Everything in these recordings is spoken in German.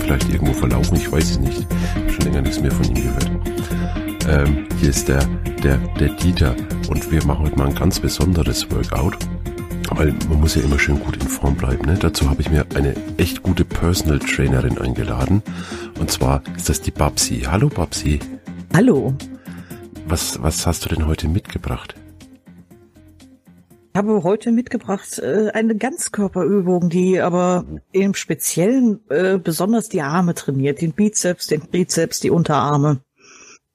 vielleicht irgendwo verlaufen, ich weiß es nicht. Hab schon länger nichts mehr von ihm gehört. Ähm, hier ist der, der, der Dieter und wir machen heute mal ein ganz besonderes Workout. Weil man muss ja immer schön gut in Form bleiben. Ne? Dazu habe ich mir eine echt gute Personal Trainerin eingeladen. Und zwar ist das die Babsi. Hallo Babsi. Hallo, Was, was hast du denn heute mitgebracht? ich habe heute mitgebracht äh, eine Ganzkörperübung, die aber im Speziellen äh, besonders die Arme trainiert, den Bizeps, den Trizeps, die Unterarme.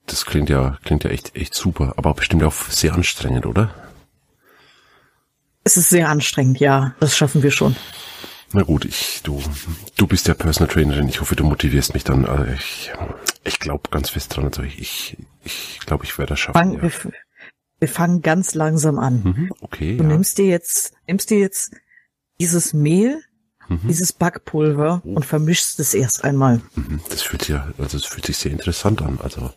Das klingt ja, klingt ja echt, echt super, aber bestimmt auch sehr anstrengend, oder? Es ist sehr anstrengend, ja, das schaffen wir schon. Na gut, ich, du, du bist ja Personal Trainerin. Ich hoffe, du motivierst mich dann. Also ich, ich glaube ganz fest dran. Also ich, ich glaube, ich werde das Fang, schaffen. Ja. wir, f- wir fangen ganz langsam an. Mhm, okay, Du ja. nimmst dir jetzt, nimmst dir jetzt dieses Mehl, dieses Backpulver und vermischst es erst einmal. Mhm, Das fühlt sich ja, also es fühlt sich sehr interessant an. Also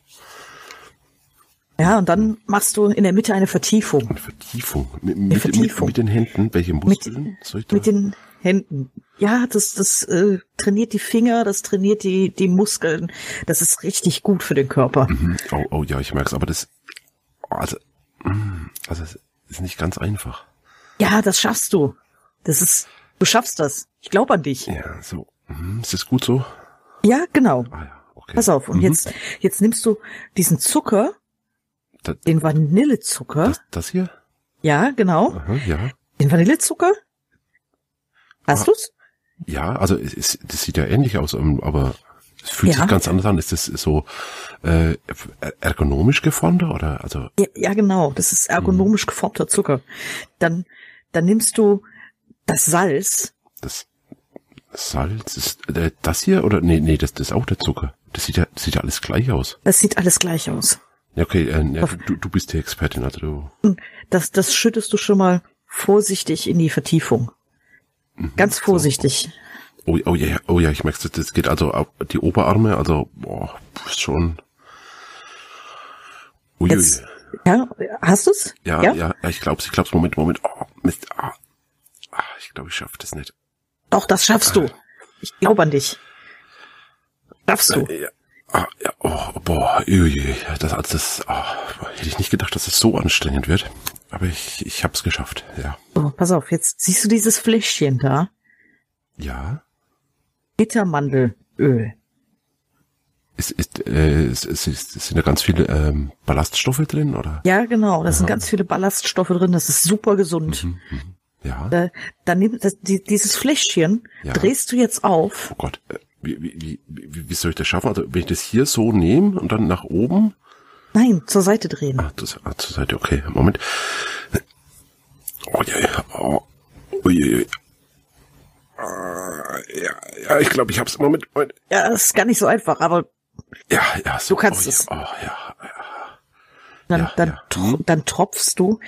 Ja, und dann machst du in der Mitte eine Vertiefung. eine Vertiefung. Mit, mit, Vertiefung. Mit, mit den Händen, welche Muskeln soll ich da? Mit den Händen. Ja, das, das äh, trainiert die Finger, das trainiert die, die Muskeln. Das ist richtig gut für den Körper. Mhm, oh, oh ja, ich merk's, aber das, oh, also, mm, also es ist nicht ganz einfach. Ja, das schaffst du. Das ist, du schaffst das. Ich glaube an dich. Ja, so. mhm, Ist das gut so? Ja, genau. Ah ja, okay. Pass auf. Und Mhm. jetzt, jetzt nimmst du diesen Zucker, Da- den Vanillezucker. Das, das hier? Ja, genau. Aha, ja. Den Vanillezucker. Ah. Hast du's? Ja, also es, es, das sieht ja ähnlich aus, ähm, aber es fühlt Ja. sich ganz anders an. Ist das so äh, ergonomisch geformter oder also Ja, ja, genau. Das ist Mhm. ergonomisch geformter Zucker. Dann, dann nimmst du das Salz. das Salz ist äh, das hier oder nee nee das, das ist auch der Zucker. Das sieht ja das sieht ja alles gleich aus. Das sieht alles gleich aus. Ja okay, äh, ja, du, du bist die Expertin, also du. das, das schüttest du schon mal vorsichtig in die Vertiefung. Mhm, Ganz vorsichtig. Oh, oh ja oh ja ich merk's, das, das geht also auf die Oberarme also boah ist schon. Uiui. Jetzt, ja, hast du's? Ja, ja, ja, ich glaub's, ich glaub's. Moment, Moment. Oh, Mist. Ah, ah, ich glaube, ich schaff das nicht. Doch, das schaffst du. Ich glaube an dich. Schaffst du. Äh, Ja. Ah, ja, oh, boah, uiuiui, das, also das ah, hätte ich nicht gedacht, dass es so anstrengend wird. Aber ich, ich hab's geschafft, ja. So, pass auf, jetzt siehst du dieses Fläschchen da. Ja. Bittermandelöl. Ist, ist, äh, ist, ist, ist, sind da ganz viele ähm, Ballaststoffe drin, oder? Ja, genau. Da sind ganz viele Ballaststoffe drin. Das ist super gesund. Mhm. Ja. Da, dann nimm das, die, dieses Fläschchen, Ja. drehst du jetzt auf. Oh Gott, äh, wie, wie, wie, wie wie soll ich das schaffen? Also wenn ich das hier so nehme und dann nach oben. Nein, zur Seite drehen. Ah, das, ah, zur Seite, okay, Moment. Oh, ja, ja, oh, uiuiui. Ah, ja, ja, ich glaube, ich hab's. Moment, Moment. Ja, das ist gar nicht so einfach, aber Ja, ja, so. Du kannst oh, es. Ja, oh, ja, ja. Dann, Ja, dann, ja. tro- dann tropfst du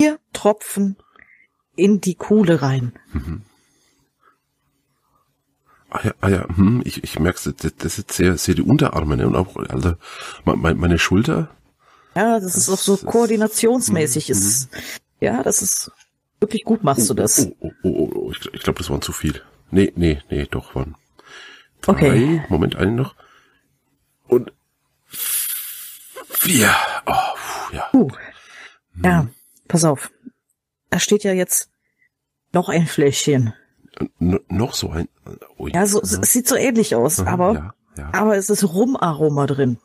vier Tropfen in die Kuhle rein. Ah, ja, ah, ja. Hm, ich, ich merk's, das, das ist sehr, sehr die Unterarme, ne? Und auch, also, me- me- meine Schulter. Ja, das ist auch so Das ist- mhm. koordinationsmäßig. Ist, ja, das ist wirklich gut machst du das. Oh, oh, oh, oh, oh ich, glaub- ich glaube, das waren zu viel. Nee, nee, nee, doch, waren. Drei, Okay. Moment, einen noch. Und vier. Oh, puh, ja. Uh, Mhm. ja, pass auf. Da steht ja jetzt noch ein Fläschchen. N noch so ein. Oh, Ja, so, es sieht so ähnlich aus, Aha, aber, Mhm, ja, ja. aber es ist Rumaroma drin.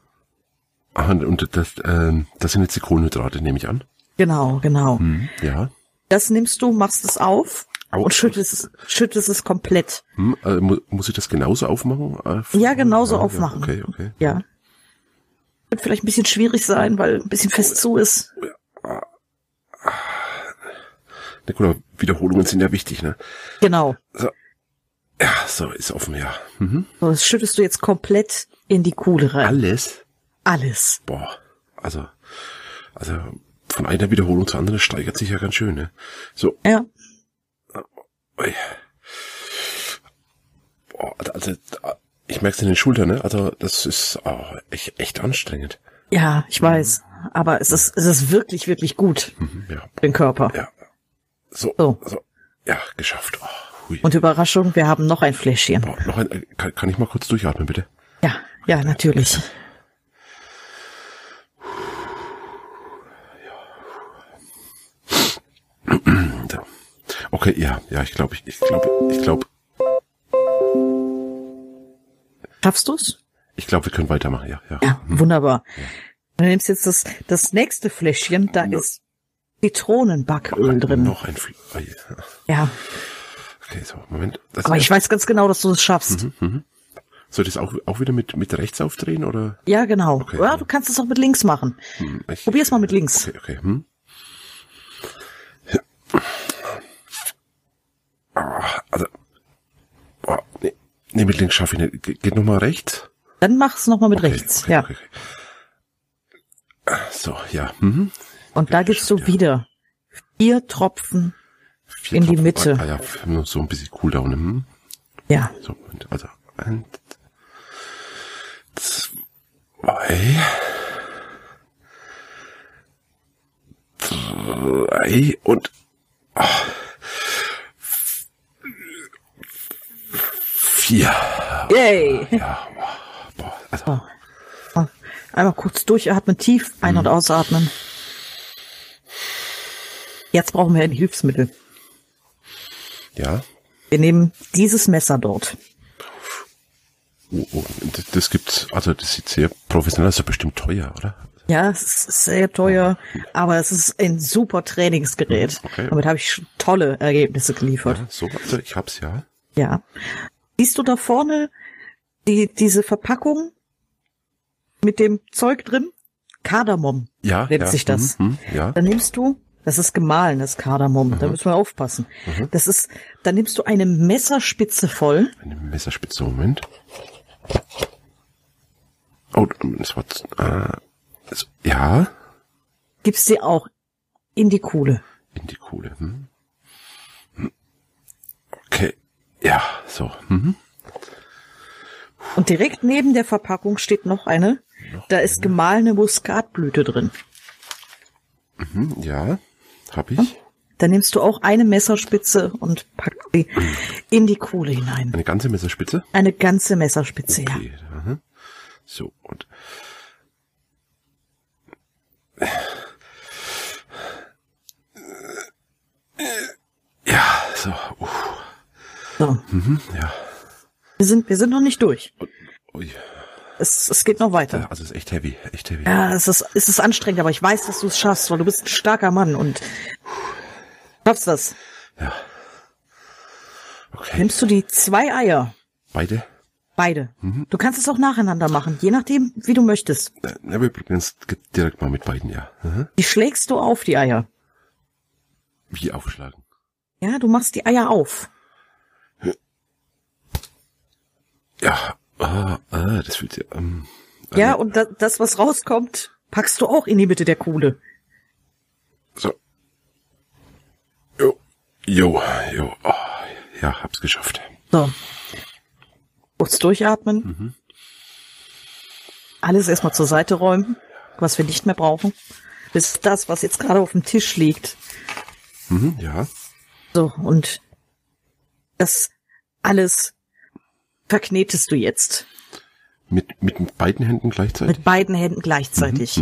Ah, und das, ähm, das sind jetzt die Kohlenhydrate, nehme ich an. Genau, genau. Hm, ja. Das nimmst du, machst es auf Au. und schüttest, es- schüttest es komplett. Hm, äh, mu muss ich das genauso aufmachen? Äh, Ja, genauso aufmachen. okay, okay. Ja. Wird vielleicht ein bisschen schwierig sein, weil ein bisschen fest zu ist. Na gut, aber Wiederholungen sind ja wichtig, ne? Genau. Ja, so, ist offen, ja. Mhm. So, das schüttest du jetzt komplett in die Kuhle rein. Alles? Alles. Boah, also, also von einer Wiederholung zur anderen das steigert sich ja ganz schön, ne? So, Ja. ui. Boah, also, ich merk's in den Schultern, ne? Also, das ist oh, echt, echt anstrengend. Ja, ich weiß. Aber es ist, es ist wirklich, wirklich gut Mhm, ja, für den Körper. ja. So, So. so, ja, geschafft. Oh, Hui. Und Überraschung, wir haben noch ein Fläschchen. Boah, noch ein, äh, kann, kann ich mal kurz durchatmen, bitte? Ja, ja, natürlich. Da. Okay, ja, ja, ich glaube, ich, ich glaube, ich glaube, Schaffst du's? ich glaube, wir können weitermachen, ja, ja. Ja, wunderbar. Du nimmst jetzt das, das nächste Fläschchen, da Ja. ist Zitronenbacköl drin. Noch ein Fl ah, ja. Ja, Okay, so, Moment. Das, aber ich weiß ganz genau, dass du es schaffst. Mhm. soll ich das auch, auch wieder mit, mit rechts aufdrehen oder? Ja, genau. Okay. Ja, du kannst es auch mit links machen. Hm, ich- Probier's mal mit links. Okay, okay. Hm? Ah, also, boah, nee, nee, mit links schaffe ich nicht. Ge geht nochmal rechts? Dann mach es nochmal mit Okay, rechts. okay, ja. okay, okay. So, ja. Mhm. Und da gibst du wieder vier Tropfen. Vier In die Tropfen. Mitte. Ah, ja, nur so ein bisschen Cooldown. Hm? Ja, So, Moment, also eins, zwei, drei und ah, vier. Yay! Ja, boah, also, Ah. Einmal kurz durchatmen, tief ein- Mhm. und ausatmen. Jetzt brauchen wir ein Hilfsmittel. ja. Wir nehmen dieses Messer dort. Oh, oh, das, das gibt's, also das sieht sehr professionell, das ist ja bestimmt teuer, oder? Ja, es ist sehr teuer, aber es ist ein super Trainingsgerät. Mhm, Okay. Damit habe ich schon tolle Ergebnisse geliefert. Ja, so, also ich hab's ja. Ja. Siehst du da vorne die, diese Verpackung mit dem Zeug drin? Kardamom. Ja, Nennt ja. sich das. Mhm, ja. Dann nimmst du, das ist gemahlenes Kardamom, da müssen wir aufpassen. Das ist, dann nimmst du eine Messerspitze voll. Eine Messerspitze, Moment. Oh, das war, z- ah, also, ja, gibst sie auch in die Kuhle. in die Kohle. Hm. Hm. Okay, ja, so. Mhm. Und direkt neben der Verpackung steht noch eine. Da ist gemahlene Muskatblüte drin. Mhm, ja, hab ich. Da nimmst du auch eine Messerspitze und packst sie in die Kuhle hinein. Eine ganze Messerspitze. Eine ganze Messerspitze, ja. Okay, aha. So, und. Ja, so. uff, So. mhm, ja. Wir sind, wir sind noch nicht durch. Ui, Es, es geht noch weiter. also ist echt heavy, echt heavy. Ja, es ist, es ist anstrengend, aber ich weiß, dass du es schaffst, weil du bist ein starker Mann und schaffst das. Okay, Nimmst du die zwei Eier? beide. Beide. Du kannst es auch nacheinander machen, je nachdem, wie du möchtest. Äh, Na, wir probieren es direkt mal mit beiden, ja. Mhm. Die schlägst du auf, die Eier. Wie aufschlagen. Ja, du machst die Eier auf. Ja, ah, ah, das fühlt sich. Ähm, äh, Ja, und da, das, was rauskommt, packst du auch in die Mitte der Kuhle. So. Jo, jo, jo. Oh, ja, hab's geschafft. So. Kurz durchatmen. Alles erstmal zur Seite räumen, was wir nicht mehr brauchen. Bis das, was jetzt gerade auf dem Tisch liegt. Mhm, ja. So, und das alles verknetest du jetzt. Mit, mit beiden Händen gleichzeitig. Mit beiden Händen gleichzeitig.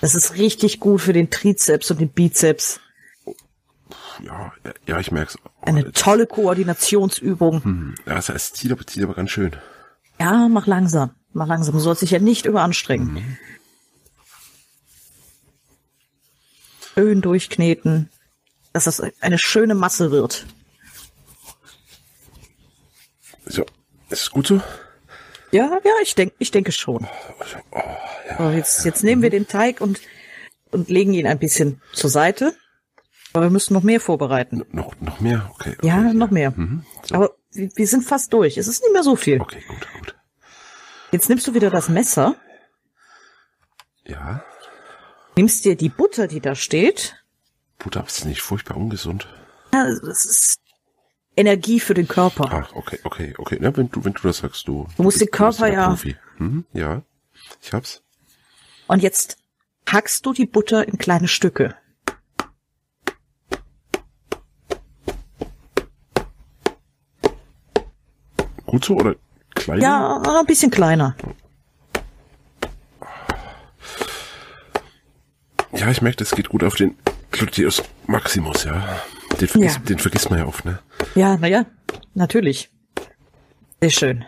Das ist richtig gut für den Trizeps und den Bizeps. Ja, äh, ja, ich merk's. Oh, Eine das- tolle Koordinationsübung. hm, ja, es, es zieht aber, zieht aber ganz schön. Ja, mach langsam. Mach langsam. Du sollst dich ja nicht überanstrengen. Schön durchkneten, dass das eine schöne Masse wird. So. Ist es gut so? Ja, ja, ich denke, ich denke schon. So, jetzt, jetzt nehmen wir den Teig und, und legen ihn ein bisschen zur Seite. Aber wir müssen noch mehr vorbereiten. Noch, noch mehr? Okay. okay Ja, noch mehr. Mhm, so. Oh. Aber wir, wir sind fast durch. Es ist nicht mehr so viel. Okay, gut, gut. Jetzt nimmst du wieder das Messer, Ja. nimmst dir die Butter, die da steht. Butter ist nicht furchtbar ungesund. Ja, das ist Energie für den Körper. Ah, okay, okay, okay. Na, wenn du, wenn du das sagst, du. Du musst bist- den Körper bist der ja- Profi. Hm, ja. Ich hab's. Und jetzt hackst du die Butter in kleine Stücke. Gut so oder klein? Ja, ein bisschen kleiner. Oh. Ja, ich merke, das geht gut auf den Gluteus Maximus, ja. Den vergisst, Ja. den vergisst man ja oft, ne? Ja, naja, natürlich. Sehr schön.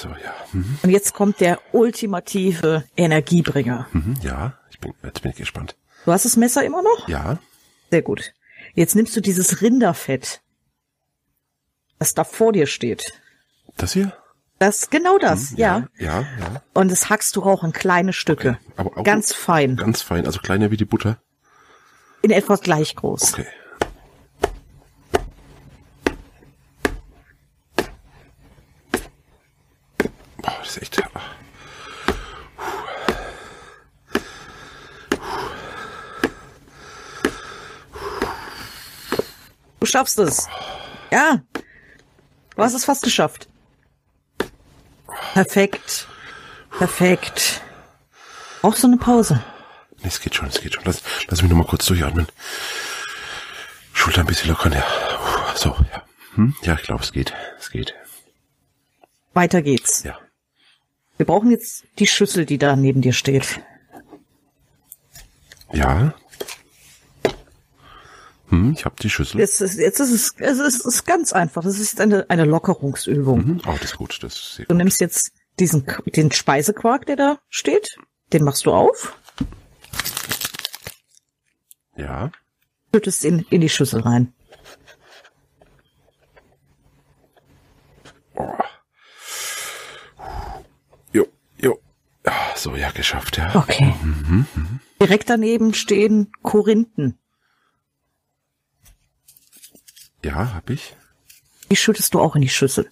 So, ja. Mhm. Und jetzt kommt der ultimative Energiebringer. Mhm. Ja, ich bin, jetzt bin ich gespannt. Du hast das Messer immer noch? Ja. Sehr gut. Jetzt nimmst du dieses Rinderfett, das da vor dir steht. Das hier? Das, genau das, ja. Mhm, Ja, ja. Und das hackst du auch in kleine Stücke. Aber auch ganz fein. Ganz fein, also kleiner wie die Butter. In etwa gleich groß. Okay. Boah, das ist echt. ah. ach. Du schaffst es. Ja. Du hast es fast geschafft. Perfekt. Perfekt. Auch so eine Pause. Nee, es geht schon, es geht schon. Lass, lass mich nochmal kurz durchatmen. Schulter ein bisschen lockern, ja. Puh, So, ja. Hm? Ja, ich glaube, es geht. Es geht. Weiter geht's. Ja. Wir brauchen jetzt die Schüssel, die da neben dir steht. Ja. Hm, ich habe die Schüssel. Jetzt ist, jetzt ist es, es ist, es ist ganz einfach. Das ist jetzt eine, eine Lockerungsübung. Hm, Oh, das ist gut. Das ist sehr Du gut. nimmst jetzt diesen, Qu- den Speisequark, der da steht. Den machst du auf, Ja. schüttest ihn in die Schüssel rein. Jo, jo. Ah, So, ja, geschafft, ja. Okay. Direkt daneben stehen Korinthen. Ja, hab ich. Die schüttest du auch in die Schüssel.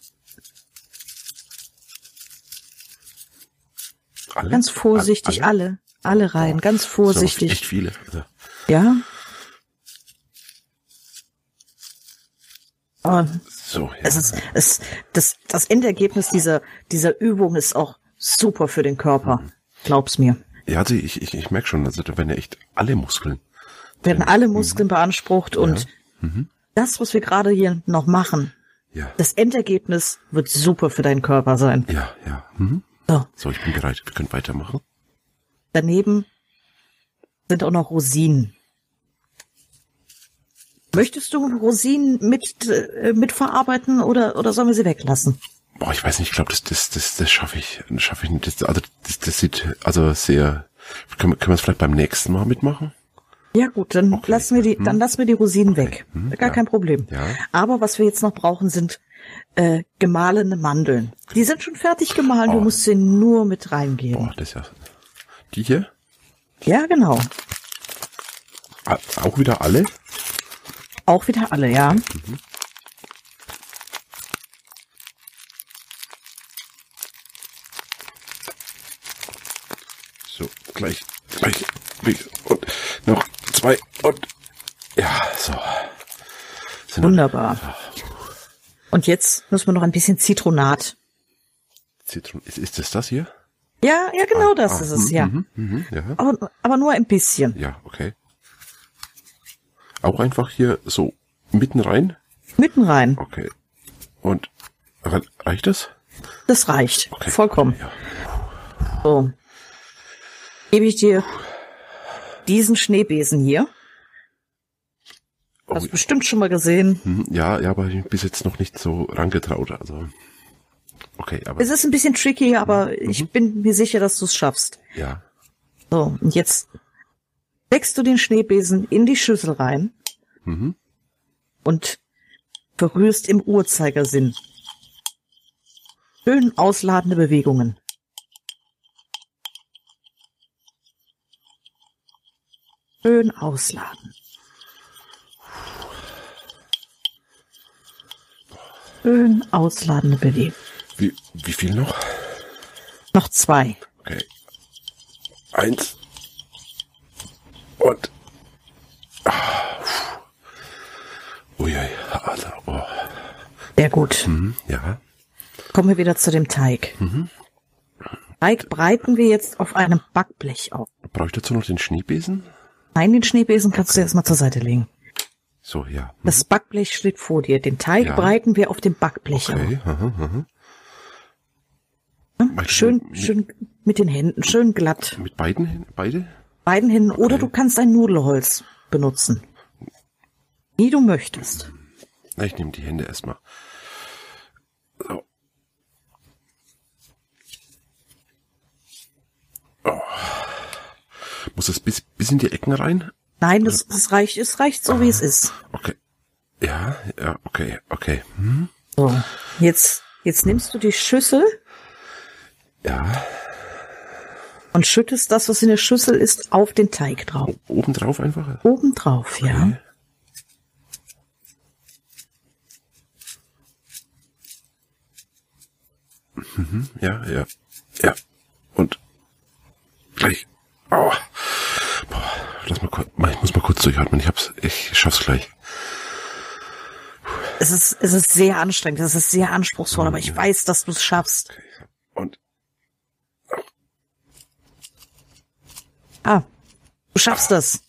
Alle? Ganz vorsichtig, Alle? alle, alle rein, ganz Das sind aber vorsichtig. Echt viele. Also, Ja. Aber so, ja. es ist, es, das, das Endergebnis dieser, dieser Übung ist auch super für den Körper. Glaub's mir. ja, also ich, ich, ich merk schon, also da werden ja echt alle Muskeln. Werden alle Muskeln beansprucht und das, was wir gerade hier noch machen, Ja. das Endergebnis wird super für deinen Körper sein. Ja, ja. Mhm. So, So, ich bin bereit. Wir können weitermachen. daneben sind auch noch Rosinen. Möchtest du Rosinen mit, äh, mitverarbeiten oder, oder sollen wir sie weglassen? Boah, ich weiß nicht, ich glaube, das, das, das, das schaffe ich. Das schaffe ich nicht. Das, also, das, das sieht also sehr. Können, wir- können wir es vielleicht beim nächsten Mal mitmachen? Ja gut, dann lassen wir die, dann lassen wir die Rosinen weg. Hm, Gar ja. kein Problem. Ja. Aber was wir jetzt noch brauchen, sind äh, gemahlene Mandeln. Die sind schon fertig gemahlen, Oh. du musst sie nur mit reingeben. Boah, das ist ja. Die hier? Ja, genau. A- Ah, Auch wieder alle? Auch wieder alle, ja. So, gleich, gleich. weg. Und noch zwei und. Ja, so. Sind noch Wunderbar. Und jetzt müssen wir noch ein bisschen Zitronat. Zitron. Ist, ist das das hier? Ja, ja, genau das ah, ist es, ja. Mhm, mhm, ja. Aber, aber nur ein bisschen. Ja, okay. Auch einfach hier so mitten rein? Mitten rein. Okay. Und re reicht das? Das reicht. Okay. Vollkommen. Ja. So. Gebe ich dir diesen Schneebesen hier. Oh, Hast du bestimmt schon mal gesehen. hm, ja, ja, aber ich bin bis jetzt noch nicht so rangetraut. Also. Okay, aber Es ist ein bisschen tricky, aber Mhm. ich bin mir sicher, dass du es schaffst. ja. So, und jetzt steckst du den Schneebesen in die Schüssel rein Mhm. und berührst im Uhrzeigersinn. Schön ausladende Bewegungen. Schön ausladen. Schön ausladende Bewegung. Wie, wie viel noch? Noch zwei. Okay. Eins. Und. Ah, Uiui, also, oh. Sehr gut. Hm, ja. Kommen wir wieder zu dem Teig. Mhm. Teig breiten wir jetzt auf einem Backblech auf. Brauche ich dazu noch den Schneebesen? Nein, den Schneebesen kannst du erstmal zur Seite legen. So, ja. Hm. Das Backblech steht vor dir. Den Teig Ja. breiten wir auf dem Backblech Okay. Aha, aha. aus. Ne? Schön, mit- schön mit den Händen, schön glatt. Mit beiden Händen? Beide? Beiden Händen. Oder Okay. du kannst ein Nudelholz benutzen. Wie du möchtest. Na, ich nehme die Hände erstmal. So. Oh. Muss das bis, bis in die Ecken rein? Nein, das, das reicht, es reicht so, wie es ist. Okay. Ja, ja, okay, okay. So. Jetzt, jetzt nimmst du die Schüssel Ja, und schüttest das, was in der Schüssel ist, auf den Teig drauf. obendrauf einfach. Oben drauf, ja. Okay. Mhm, ja, ja, ja. Und gleich. Aua. Boah, lass mal kurz, ich muss mal kurz durchatmen. Ich hab's, ich schaff's gleich. Es ist, es ist sehr anstrengend, es ist sehr anspruchsvoll, aber ich weiß, dass du es schaffst. Und Ah, du schaffst das.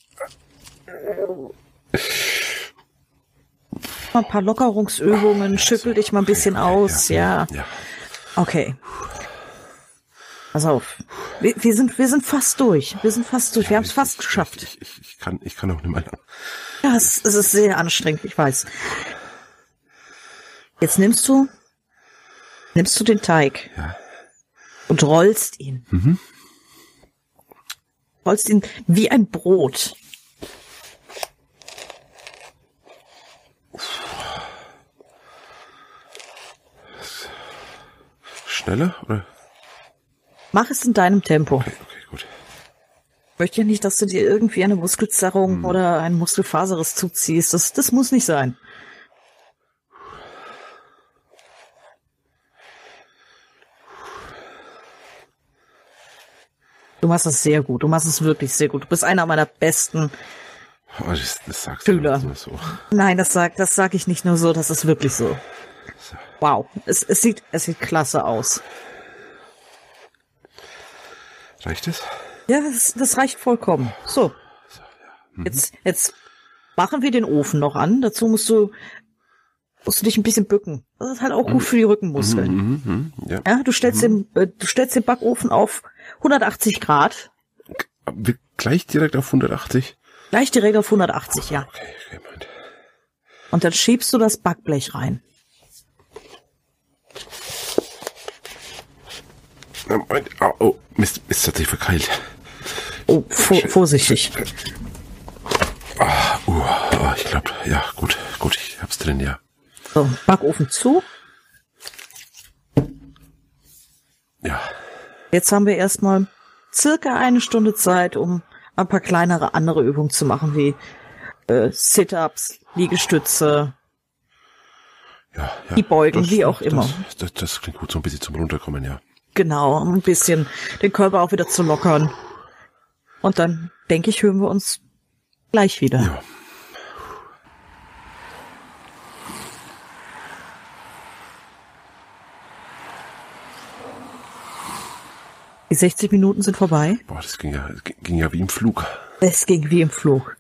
Mal ein paar Lockerungsübungen, schüttel dich mal ein bisschen aus, ja. ja. Okay. Pass auf. Wir, wir sind, wir sind fast durch. Wir sind fast durch. Wir haben es fast geschafft. Ich, ich, ich kann, ich kann auch nicht mehr. Ja, es, es ist sehr anstrengend, ich weiß. Jetzt nimmst du, nimmst du den Teig Ja. und rollst ihn. Rollst ihn wie ein Brot. Schneller oder? Mach es in deinem Tempo. Okay, okay, gut. Ich möchte ja nicht, dass du dir irgendwie eine Muskelzerrung oder ein Muskelfaserriss zuziehst. Das, das muss nicht sein. Du machst das sehr gut. Du machst es wirklich sehr gut. Du bist einer meiner besten. Oh, das, das sagst du Schüler. jetzt nur so. Nein, das sag, das sag ich nicht nur so. Das ist wirklich so. so. Wow. Es, es sieht, es sieht klasse aus. Reicht es? Ja, das, das reicht vollkommen. So. Jetzt, jetzt machen wir den Ofen noch an. Dazu musst du, musst du dich ein bisschen bücken. Das ist halt auch gut für die Rückenmuskeln. Mhm, mhm, ja. Ja, du stellst den, äh, du stellst den Backofen auf 180 Grad. Wir gleich direkt auf 180. Gleich direkt auf 180, ja. Okay, okay, Moment. Und dann schiebst du das Backblech rein. Na, Moment. Oh, oh, Mist, Mist hat sich verkeilt. Oh, vor, vorsichtig. Ah, uh, ah, ich glaube, ja, gut, gut, ich hab's drin, ja. So, Backofen zu. Ja, Jetzt haben wir erstmal circa eine Stunde Zeit, um ein paar kleinere andere Übungen zu machen, wie äh, Sit-ups, Liegestütze, ja, ja. Die Beugen, wie auch immer. Das, das, das klingt gut, so ein bisschen zum Runterkommen, ja. Genau, um ein bisschen den Körper auch wieder zu lockern. Und dann, denke ich, hören wir uns gleich wieder. Ja. Die 60 Minuten sind vorbei. Boah, das ging ja, ging ja wie im Flug. Es ging wie im Flug.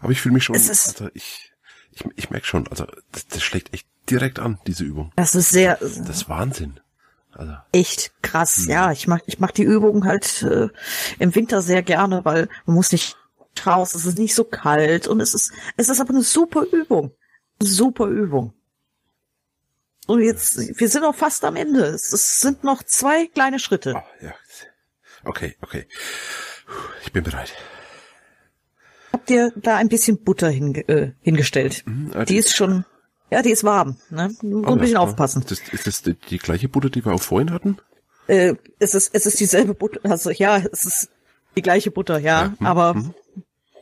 Aber ich fühle mich schon, Es ist- also ich, ich, ich merke schon, also das, das schlägt echt direkt an, diese Übung. Das ist sehr, Das ist Wahnsinn. Also, echt Mhm. krass. Ja, ich mach, ich mach die Übung halt äh, im Winter sehr gerne, weil man muss nicht raus, es ist nicht so kalt und es ist, es ist aber eine super Übung. Super Übung. Und jetzt, wir sind auch fast am Ende. Es, es sind noch zwei kleine Schritte. ah, ja. Okay, okay. Ich bin bereit. hab dir da ein bisschen Butter hinge äh, hingestellt. ah, die die- ist schon, ja, die ist warm. Ne? Muss ein bisschen Oh ja. aufpassen. Ist das, ist das die, die gleiche Butter, die wir auch vorhin hatten? Äh, es ist, es ist dieselbe Butter. Also ja, es ist die gleiche Butter, ja. hm, aber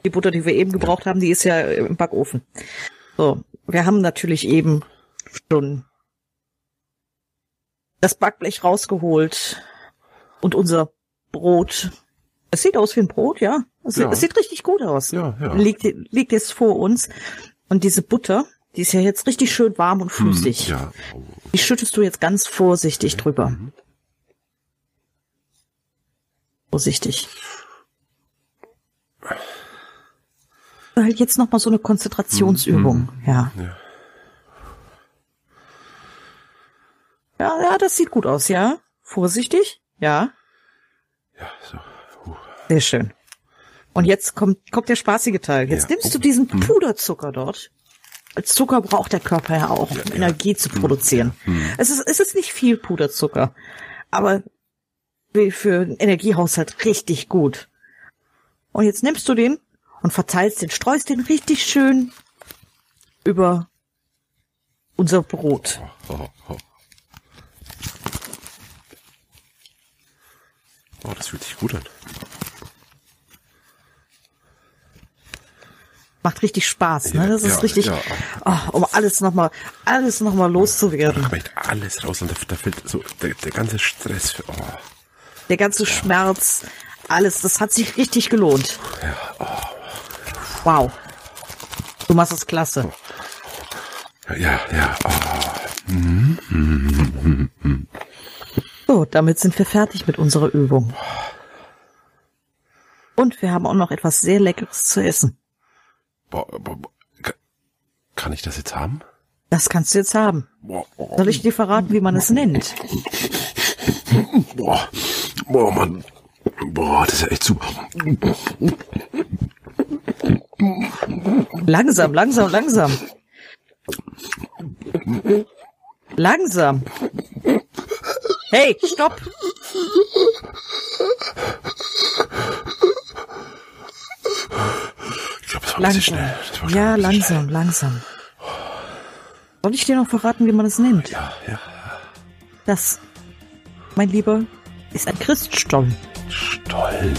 die Butter, die wir eben gebraucht haben, die ist ja im Backofen. So, wir haben natürlich eben schon das Backblech rausgeholt und unser Brot. Es sieht aus wie ein Brot, ja. Es, Ja. es sieht richtig gut aus. Ja, ja. Liegt, liegt jetzt vor uns. Und diese Butter, die ist ja jetzt richtig schön warm und flüssig. Ja. Oh, Die schüttest du jetzt ganz vorsichtig drüber. Vorsichtig. halt jetzt nochmal so eine Konzentrationsübung, ja. Ja. Ja, ja, das sieht gut aus, ja. Vorsichtig, ja. Ja, so. Puh. Sehr schön. Und jetzt kommt, kommt der spaßige Teil. Jetzt Ja. Oh. Mhm. nimmst du diesen Puderzucker dort. Als Zucker braucht der Körper ja auch, um Ja, Mhm. ja. Energie zu produzieren. Es, ist, es ist nicht viel Puderzucker, aber wie für den Energiehaushalt richtig gut. Und jetzt nimmst du den und verteilst den, streust den richtig schön über unser Brot. Oh, oh. oh, das fühlt sich gut an. Macht richtig Spaß, Ja, ne? Das ja, ist richtig, ja. oh, um alles nochmal, alles nochmal loszuwerden. Da kommt alles raus und da, da fällt so der, der ganze Stress. Oh, Der ganze Schmerz, alles, das hat sich richtig gelohnt. Wow. Du machst es klasse. ja, ja. Oh, So, damit sind wir fertig mit unserer Übung. Und wir haben auch noch etwas sehr Leckeres zu essen. boah, boah, boah. Ka- Kann ich das jetzt haben? Das kannst du jetzt haben. Boah, boah, Soll ich dir verraten, wie man es nennt? boah, boah, Mann. Boah, das ist ja echt super. Langsam, langsam, langsam. Langsam. Hey, stopp! Ich glaube, das war ein bisschen Langsam. schnell. Das war schon Ja, ein bisschen langsam, langsam. Soll ich dir noch verraten, wie man es nennt? schnell. Ja, ja. Das, mein Lieber, ist ein Christstollen. Stollen.